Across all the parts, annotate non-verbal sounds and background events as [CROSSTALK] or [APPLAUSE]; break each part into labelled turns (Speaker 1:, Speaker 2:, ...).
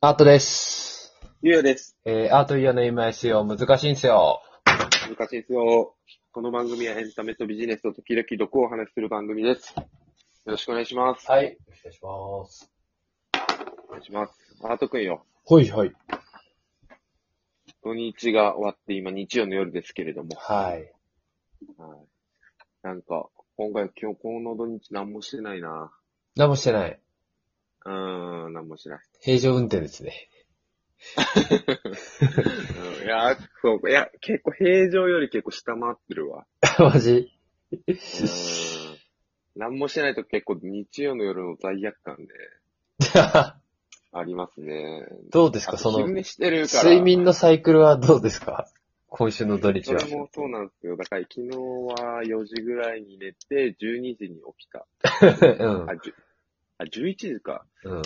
Speaker 1: アートです。
Speaker 2: ゆうやです。
Speaker 1: えー、アートイヤの MICO 難しいんすよ。
Speaker 2: 難しいですよ。この番組はエンタメとビジネスと時々毒をお話しする番組です。よろしくお願いします。
Speaker 1: はい。よろしくお願いします。
Speaker 2: お願いします。アートくんよ。
Speaker 1: ほいはい。
Speaker 2: 土日が終わって今日曜の夜ですけれども。
Speaker 1: はい。
Speaker 2: はい。なんか、今回今日この土日何もしてないな
Speaker 1: 何もしてない。
Speaker 2: うーん、何もしない。
Speaker 1: 平常運転ですね。
Speaker 2: うん、いや、そう、いや、結構平常より結構下回ってるわ。
Speaker 1: [LAUGHS] マジ
Speaker 2: うーん。何もしてないと結構日曜の夜の罪悪感ね、ありますね。
Speaker 1: [LAUGHS] どうです
Speaker 2: あ
Speaker 1: か
Speaker 2: と
Speaker 1: そ
Speaker 2: 昼
Speaker 1: の、
Speaker 2: 寝してるから。
Speaker 1: 睡眠のサイクルはどうですか今週の土日
Speaker 2: そ
Speaker 1: は
Speaker 2: れ。もそうなんですよ。だから昨日は4時ぐらいに寝て、12時に起きた。
Speaker 1: うん
Speaker 2: あ、。じゅあ11時か。
Speaker 1: うん。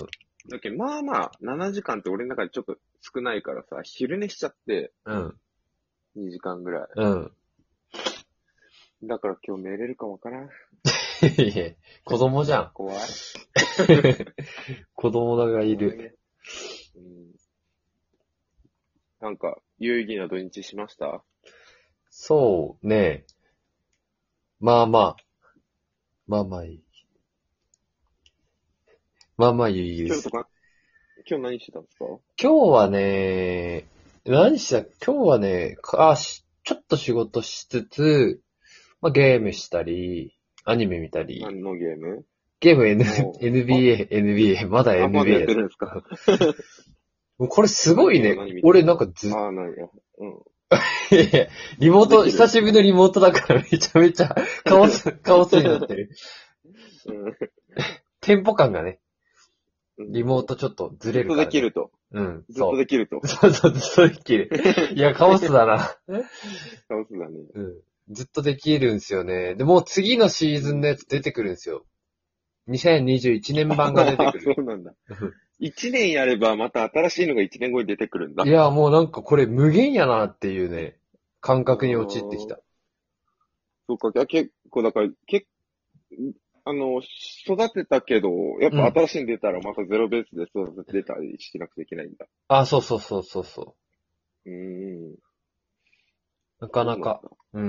Speaker 2: だけどまあまあ、7時間って俺の中でちょっと少ないからさ、昼寝しちゃって、
Speaker 1: うん。
Speaker 2: 2時間ぐら
Speaker 1: うん。
Speaker 2: い。だから今日寝れるかわからん。
Speaker 1: いえいえ子供じゃん。
Speaker 2: 怖い。
Speaker 1: 子供がい
Speaker 2: 怖
Speaker 1: る。
Speaker 2: ね。うん。なんか、有意義な土日しました
Speaker 1: そうね。まあまあ。まあまあいい。まあまあいいで
Speaker 2: 今日
Speaker 1: す
Speaker 2: と。か、今日何してたんですか
Speaker 1: 今日はね、何した今日はね、かあしちょっと仕事しつつ、まあ、ゲームしたり、アニメ見たり、
Speaker 2: 何のゲーム
Speaker 1: ゲーム N
Speaker 2: おう
Speaker 1: NBA、NBA、まだ
Speaker 2: あ、まだや
Speaker 1: NBA
Speaker 2: ってるんですか
Speaker 1: もうこれすごいね
Speaker 2: 何見てる。
Speaker 1: 俺なんかずっ
Speaker 2: ああ、なんや。うん。
Speaker 1: いやいや [LAUGHS] リモート、
Speaker 2: できる
Speaker 1: 久しぶりのリモートだからめちゃめちゃカオ
Speaker 2: [LAUGHS]
Speaker 1: ス、カオスになってる。テンポ感がね、
Speaker 2: うん
Speaker 1: リモートちょっとずれるから、
Speaker 2: ずっ
Speaker 1: ね。
Speaker 2: とできると。
Speaker 1: うん、
Speaker 2: ずっ
Speaker 1: そう。
Speaker 2: とできると。
Speaker 1: そうそう、ずっとできる。いや、カオスだな。
Speaker 2: 倒すだね。
Speaker 1: うんずっとできるんですよね。で、もう次のシーズンのやつ出てくるんですよ。2021年版が [LAUGHS] 出てく [LAUGHS] る。
Speaker 2: そうなんだ。一年やればまた新しいのが一年後に出てくるんだ
Speaker 1: い。や、もうなんかこれ無限やなっていうね、感覚に陥ってきた。
Speaker 2: そうか、いや結構、だから、結あの、育てたけど、やっぱ新しいの出たらまたゼロベースで育ててたりしなくちゃいけないんだ。
Speaker 1: あ、そうそうそうそうそう
Speaker 2: ーん。
Speaker 1: う。なかな
Speaker 2: そ
Speaker 1: か。うん。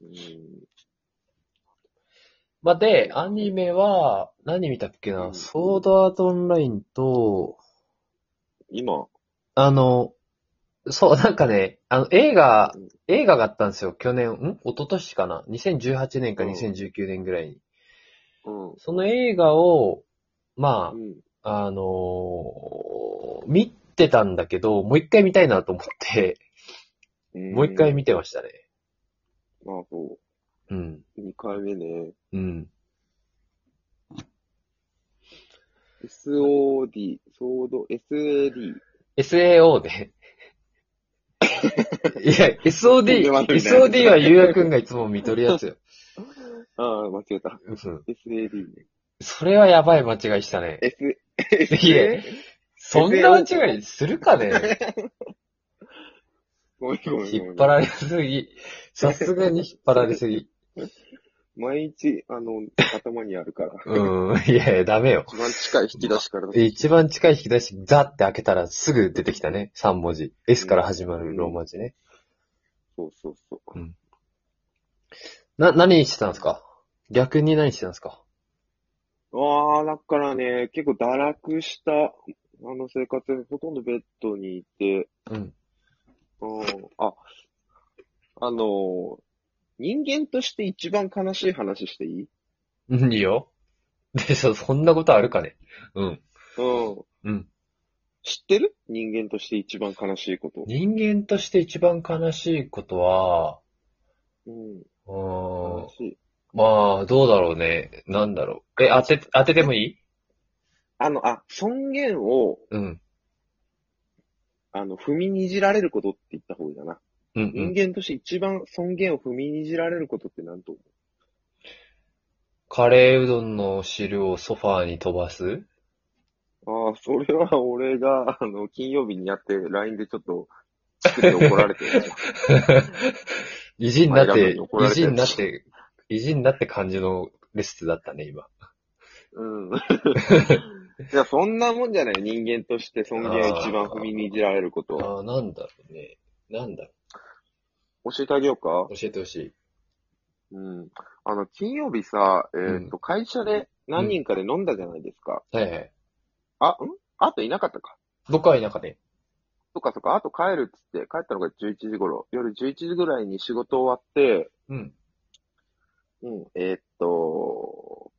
Speaker 2: うなんだ。
Speaker 1: まあ、で、アニメは、何見たっけな、
Speaker 2: うん
Speaker 1: ソードアートオンラインと、
Speaker 2: うん。今、
Speaker 1: あの、そう、なんかね、あの、映画
Speaker 2: うん、
Speaker 1: 映画があったんですよ。去年、ん一昨年かな ?2018 年か
Speaker 2: うん
Speaker 1: 2019年ぐらいに。
Speaker 2: うん。う
Speaker 1: その映画を、ま
Speaker 2: ん。
Speaker 1: あ、あのー見てたんだけど、もう一回見たいなと思って、
Speaker 2: うん
Speaker 1: もう一回。見てましたね。
Speaker 2: まあそ
Speaker 1: うん。
Speaker 2: う、二回目ね。
Speaker 1: うん。
Speaker 2: SOD、ソード、SAD。
Speaker 1: SAO
Speaker 2: [LAUGHS]
Speaker 1: で。いや、SOD、
Speaker 2: 読まないね
Speaker 1: SOD はゆうやくんがいつも見とるやつよ。
Speaker 2: ああ、間違えた。
Speaker 1: うん。
Speaker 2: SAD ね。
Speaker 1: それはやばい間違いしたね。
Speaker 2: S、
Speaker 1: いえ、そんな間違いするかね
Speaker 2: ごめんごめんごめん。
Speaker 1: 引っ張られすぎ。さすがに引っ張られすぎ。
Speaker 2: 毎日、あの、頭にあるから。
Speaker 1: うん。いやいや、ダメよ。
Speaker 2: [LAUGHS] 一番近い引き出しからだ。
Speaker 1: 一番近い引き出し、ザって開けたらすぐ出てきたね。3文字。S から始まるローマ字ね。
Speaker 2: そうそうそう。
Speaker 1: な、何してたんですか逆に何してたんですか
Speaker 2: ああ、だからね、結構堕落した、あの生活、ほとんどベッドにいて、
Speaker 1: うん。
Speaker 2: うん、あ、あの、人間として一番悲しい話していい
Speaker 1: いいよ。で、そ、そんなことあるかねうん。
Speaker 2: うん。
Speaker 1: うん。
Speaker 2: 知ってる人間として一番悲しいこと。
Speaker 1: 人間として一番悲しいことは、
Speaker 2: うん。
Speaker 1: うー
Speaker 2: 悲
Speaker 1: ん。
Speaker 2: しい。
Speaker 1: まあ、どうだろうね。なんだろう。え、当て、当ててもいい
Speaker 2: あの、あ、尊厳を、
Speaker 1: うん。
Speaker 2: あの、踏みにじられることって言った方がいいかな。
Speaker 1: うん、う
Speaker 2: 人
Speaker 1: ん。
Speaker 2: 間として一番尊厳を踏みにじられることって何と思う
Speaker 1: カレーうどんの汁をソファーに飛ばす
Speaker 2: ああ、それは俺が、あの、金曜日にやって、LINE でちょっと、作って怒られてる。
Speaker 1: [LAUGHS] 意地になっ
Speaker 2: マイラブ
Speaker 1: て、
Speaker 2: に怒ら
Speaker 1: 意
Speaker 2: れたやつ
Speaker 1: 地になって、 [LAUGHS] 意地になって感じのレストだったね、今。
Speaker 2: うん。いや、そんなもんじゃない。人間として尊厳を一番踏みにじられることは。
Speaker 1: ああ、なんだろうね。なんだろ
Speaker 2: 教えてあげようか
Speaker 1: う。教えてほしい。
Speaker 2: うん。あの、金曜日さ、えーっと、会社で何人かで飲んだじゃないですか。
Speaker 1: はいはい。
Speaker 2: あ、んあといなかったか。
Speaker 1: 僕はいなかね。
Speaker 2: そっかそっか、あと帰るっつって、帰ったのが11時頃。夜11時ぐらいに仕事終わって、
Speaker 1: うん。
Speaker 2: うん、えーっと、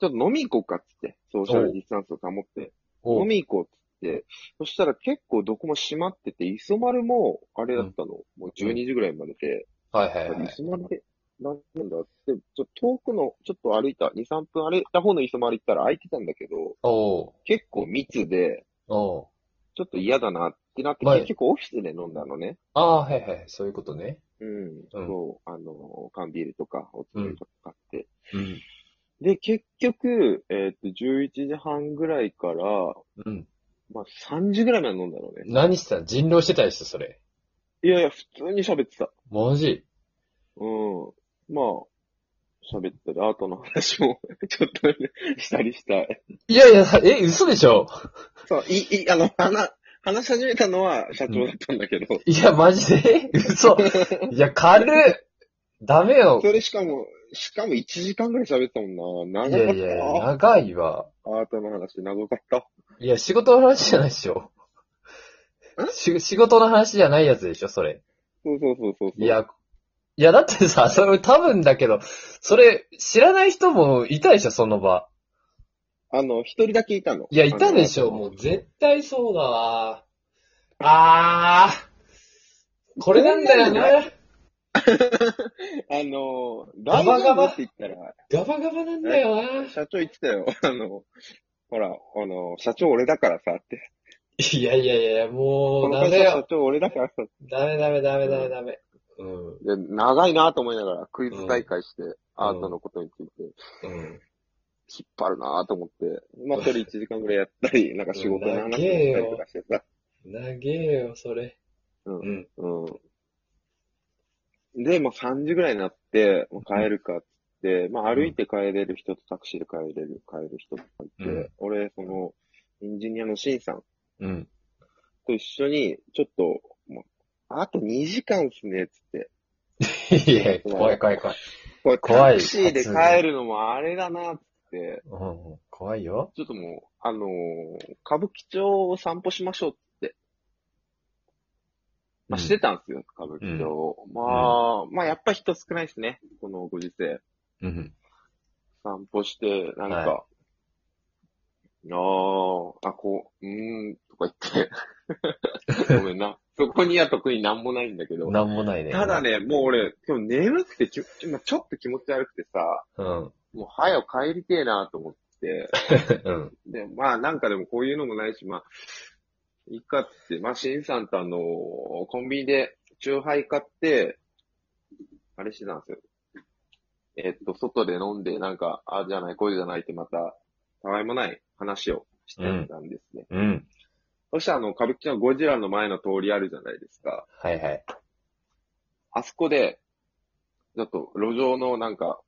Speaker 2: ちょっと飲み行こうかっつって、ソーシャルディスタンスを保って、
Speaker 1: お
Speaker 2: 飲
Speaker 1: う。
Speaker 2: み行こうっつって、そしたら結構どこも閉まってて、磯丸も、あれだったの、もう12時ぐらいまでで、
Speaker 1: はいはいはい。
Speaker 2: 磯丸で、なんなんだって、ちょっと遠くの、ちょっと歩いた、2、3分歩いた方の磯丸行ったら空いてたんだけど、
Speaker 1: おう。
Speaker 2: 結構密で、
Speaker 1: おう。
Speaker 2: ちょっと嫌だなってなって、
Speaker 1: はい
Speaker 2: 結局オフィスで飲んだのね。
Speaker 1: ああ、はいはい。そういうことね。
Speaker 2: うん、そう、あの、缶ビールとか、おつまみとか買って。
Speaker 1: うん。
Speaker 2: で、結局、えっ、と、11時半ぐらいから、
Speaker 1: うん。
Speaker 2: まあ、3時ぐらいまで飲んだのね。
Speaker 1: 何してたの人狼してたりして、それ。
Speaker 2: いやいや、普通に喋ってた。
Speaker 1: マジ
Speaker 2: うん。まあ、喋ってたり、アートの話も、 [LAUGHS] ちょっとね、したりしたい。
Speaker 1: いやいや、え、嘘でしょ
Speaker 2: そう、い、い、あの、話、話し始めたのは社長だったんだけど、
Speaker 1: いや、マジで嘘。いや、軽っダメよ。
Speaker 2: それしかも、しかも1時間ぐらい喋ったもんな。
Speaker 1: い
Speaker 2: 長か
Speaker 1: や
Speaker 2: った
Speaker 1: いや、長いわ。
Speaker 2: アートの話、長かった。
Speaker 1: いや、仕事の話じゃないでしょ。し仕事の話じゃないやつでしょ、それ。
Speaker 2: そうそうそうそうそう。
Speaker 1: いや、いや、だってさ、それ多分だけど、それ、知らない人もいたでしょ、その場。
Speaker 2: あの、一人だけいたの。
Speaker 1: いや、いたでし
Speaker 2: あ
Speaker 1: ょ、
Speaker 2: の
Speaker 1: もう絶対そうだわ。あー。これなんだよな。
Speaker 2: あの、
Speaker 1: ガバガバ
Speaker 2: って言ったら、
Speaker 1: ガバガバなんだよな。
Speaker 2: 社長言ってたよ。 [LAUGHS] あの、ほら、あの、社長俺だからさって。
Speaker 1: いやいやいや、も
Speaker 2: こ
Speaker 1: う、
Speaker 2: の
Speaker 1: ダ
Speaker 2: 会
Speaker 1: メ
Speaker 2: 社社
Speaker 1: よ。
Speaker 2: 長俺だからさって。
Speaker 1: ダメダメダメダメダメ。うん。
Speaker 2: で長いなと思いながらクイズ大会して、アートのことについて、引っ
Speaker 1: うん。
Speaker 2: 張るなと思って、まあ、それ1時間ぐらいやった
Speaker 1: [LAUGHS]
Speaker 2: り、なんか仕事の話をしたりとかしてさ。
Speaker 1: 長えよ、それ。
Speaker 2: うん
Speaker 1: うん。
Speaker 2: うん。で、もう3時ぐらいになって、もう帰るかっつって、まあ歩いて帰れる人とタクシーで帰れる、帰る人とかいて、
Speaker 1: うん
Speaker 2: 俺、その、エンジニアのシンさん
Speaker 1: うん。
Speaker 2: と一緒に、ちょっと、もうあと2時間っすね、つって。
Speaker 1: いや、怖い怖い怖い。
Speaker 2: これ
Speaker 1: 怖い
Speaker 2: タクシーで帰るのもあれだな、つって。
Speaker 1: うん、怖いよ。
Speaker 2: ちょっともう、あのー歌舞伎町を散歩しましょうって。まあ、してたんですよ、歌舞伎町を。まあ、まあ、やっぱ人少ないですね、このご時世。
Speaker 1: うん。
Speaker 2: 散歩して、なんか、
Speaker 1: はい
Speaker 2: ああ、あ、こう、うーん、とか言って。ご [LAUGHS] めんな。そこには特になんもないんだけ
Speaker 1: [LAUGHS]
Speaker 2: ど。
Speaker 1: なんもないね。
Speaker 2: ただ。ね、もう俺、今日眠くてき、今ちょっと気持ち悪くてさ、
Speaker 1: うん。
Speaker 2: もう早く帰りてえなと思って、
Speaker 1: うん。
Speaker 2: で、まあなんかでもこういうのもないし、まあ、いいかっつって、まあ、シンさんとあのーコンビニでチューハイ買って、あれしてたんですよ。えっと、外で飲んで、なんか、ああじゃない、こうじゃないってまた、たわいもない話をしてたんですね。
Speaker 1: うん。
Speaker 2: そしたらあの、歌舞伎町のゴジラの前の通りあるじゃないですか。
Speaker 1: はいはい。
Speaker 2: あそこで、ちょっと路上のなんか、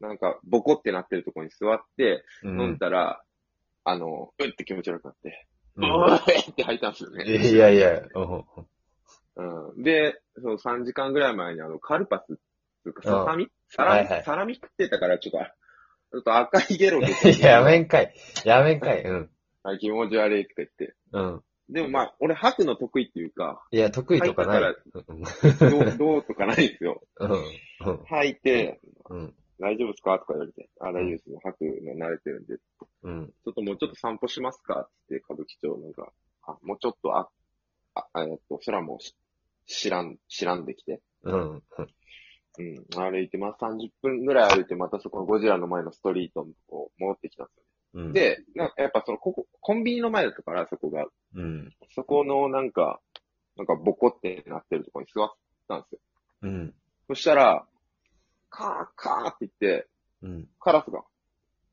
Speaker 2: なんか、ボコってなってるところに座って、
Speaker 1: う
Speaker 2: 飲ん。だら、あの、うって気持ち悪くなって、う
Speaker 1: うん
Speaker 2: えって吐いたんですよね。
Speaker 1: いやいや、うん。
Speaker 2: うん、で、その3時間ぐらい前にあの、カルパス、っていうか、
Speaker 1: うん
Speaker 2: ササミサラミ、
Speaker 1: はいはい
Speaker 2: サラミ食ってたから、ちょっと、あちょっと赤いゲロ出て、
Speaker 1: やめんかい。やめんかい。うん。
Speaker 2: あ気持ち悪いとか言って。
Speaker 1: うん。
Speaker 2: でもまあ、俺吐くの得意っていうか、
Speaker 1: いや、得意とかない。うん。
Speaker 2: どう、どうとかないんですよ。
Speaker 1: うん。
Speaker 2: 吐いて、
Speaker 1: うん。
Speaker 2: 大丈夫ですかとか言われて、あ、大丈夫です。吐くの慣れてるんで、
Speaker 1: うん。
Speaker 2: ちょっともうちょっと散歩しますかって、歌舞伎町なんか、あ、もうちょっと、あ、あ、あえっと、空もし知らん、知らんできて。
Speaker 1: うん。
Speaker 2: うん、歩いて、まあ、30分ぐらい歩いて、またそこのゴジラの前のストリートのとこ戻ってきたんですよ。
Speaker 1: うん。、
Speaker 2: で、なやっぱその、ここ、コンビニの前だったから、そこが、
Speaker 1: うん。
Speaker 2: そこのなんか、なんかボコってなってるとこに座ったんですよ。
Speaker 1: うん。
Speaker 2: そしたら、カーカーって言って、
Speaker 1: うん。
Speaker 2: カラスが、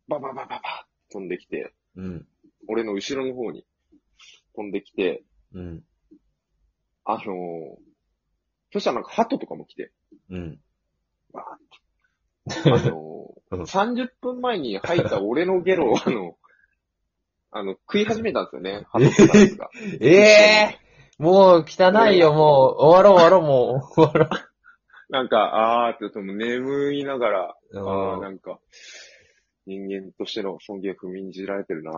Speaker 2: バババババって飛んできて、
Speaker 1: うん。
Speaker 2: 俺の後ろの方に飛んできて、
Speaker 1: うん。
Speaker 2: あのー、そしたらなんか鳩とかも
Speaker 1: [LAUGHS]
Speaker 2: 来て、
Speaker 1: うん。
Speaker 2: わーって。あの
Speaker 1: うん [LAUGHS]
Speaker 2: ー、30分前に吐いた俺のゲロを、あの、あの、食い始めたんですよね、ハトサラダが。
Speaker 1: ええもう汚いよ、もう。終わろう、終わろう、もう。終わ
Speaker 2: なんか、あーって言うともう眠いながら、あ
Speaker 1: ろ
Speaker 2: あ、
Speaker 1: う。
Speaker 2: なんか、人間としての尊厳踏みにじられてるな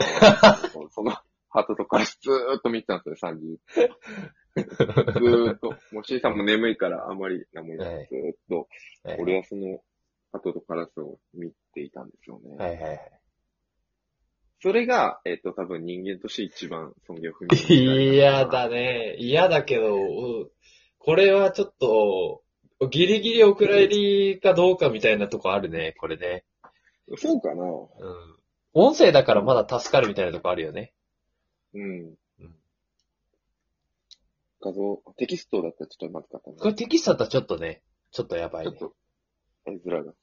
Speaker 2: その、ハトとかずーっと見てたんですよ、3時。ずーっと。もう、シーさんも眠いから、あんまり何も言わない。ずーっと、
Speaker 1: はい
Speaker 2: 俺はその、ハトとカラスを見ていたんですよね。
Speaker 1: はいはい。
Speaker 2: それが、えっ、と、多分人間として一番尊厳を踏みに
Speaker 1: [LAUGHS]
Speaker 2: じられ
Speaker 1: 嫌。
Speaker 2: た
Speaker 1: だね。嫌だけど、うんこれはちょっと、ギリギリお蔵入りかどうかみたいなとこあるね、これね。
Speaker 2: そうかな
Speaker 1: うん。音声だからまだ助かるみたいなとこあるよね。
Speaker 2: うん
Speaker 1: うん。
Speaker 2: 画像、テキストだったらちょっとまずかった
Speaker 1: こ
Speaker 2: ね。
Speaker 1: れテキストだったらちょっとね、ちょっとやば
Speaker 2: ち
Speaker 1: い
Speaker 2: ょっ
Speaker 1: ね。
Speaker 2: と、やりづらいな。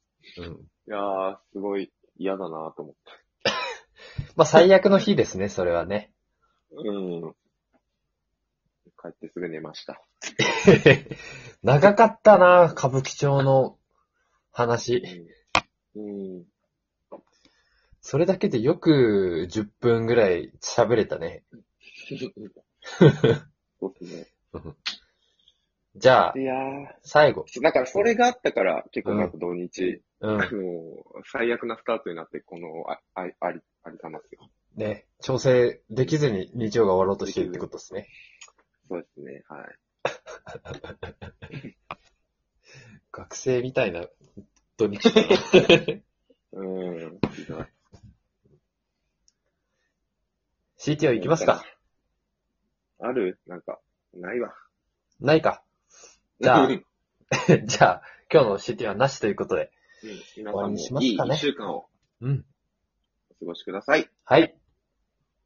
Speaker 1: うん。
Speaker 2: いやー、すごい嫌だなと思って。
Speaker 1: まあ最悪の日ですね、それは
Speaker 2: [LAUGHS]
Speaker 1: ね。
Speaker 2: うん。帰ってすぐ寝ました。
Speaker 1: 長かったな、歌舞伎町の話。
Speaker 2: うん。 [LAUGHS] うん。
Speaker 1: それだけでよく10分ぐらい喋れたね。
Speaker 2: そうですね。
Speaker 1: じゃあ、
Speaker 2: いや
Speaker 1: 最後。
Speaker 2: ー、だからそれがあったから、結構なんか土日、
Speaker 1: う
Speaker 2: あ
Speaker 1: ん
Speaker 2: の。ー、最悪なスタートになって、この、あ、あ、あり、ありさますよ。
Speaker 1: ね、調整できずに日曜が終わろうとしてるってことですね。
Speaker 2: そうですね、はい。
Speaker 1: 学生みたいな土日だな
Speaker 2: うん。
Speaker 1: CTO 行きますか
Speaker 2: あるなんか、ないわ。
Speaker 1: ないか。じゃあ
Speaker 2: [LAUGHS] う、ん
Speaker 1: じゃあ、今日の CTO はなしということで。
Speaker 2: 皆
Speaker 1: 終わり
Speaker 2: さんも
Speaker 1: にしま
Speaker 2: い
Speaker 1: す
Speaker 2: い
Speaker 1: かね
Speaker 2: 一週間を
Speaker 1: うん。
Speaker 2: お過ごしください。
Speaker 1: はい。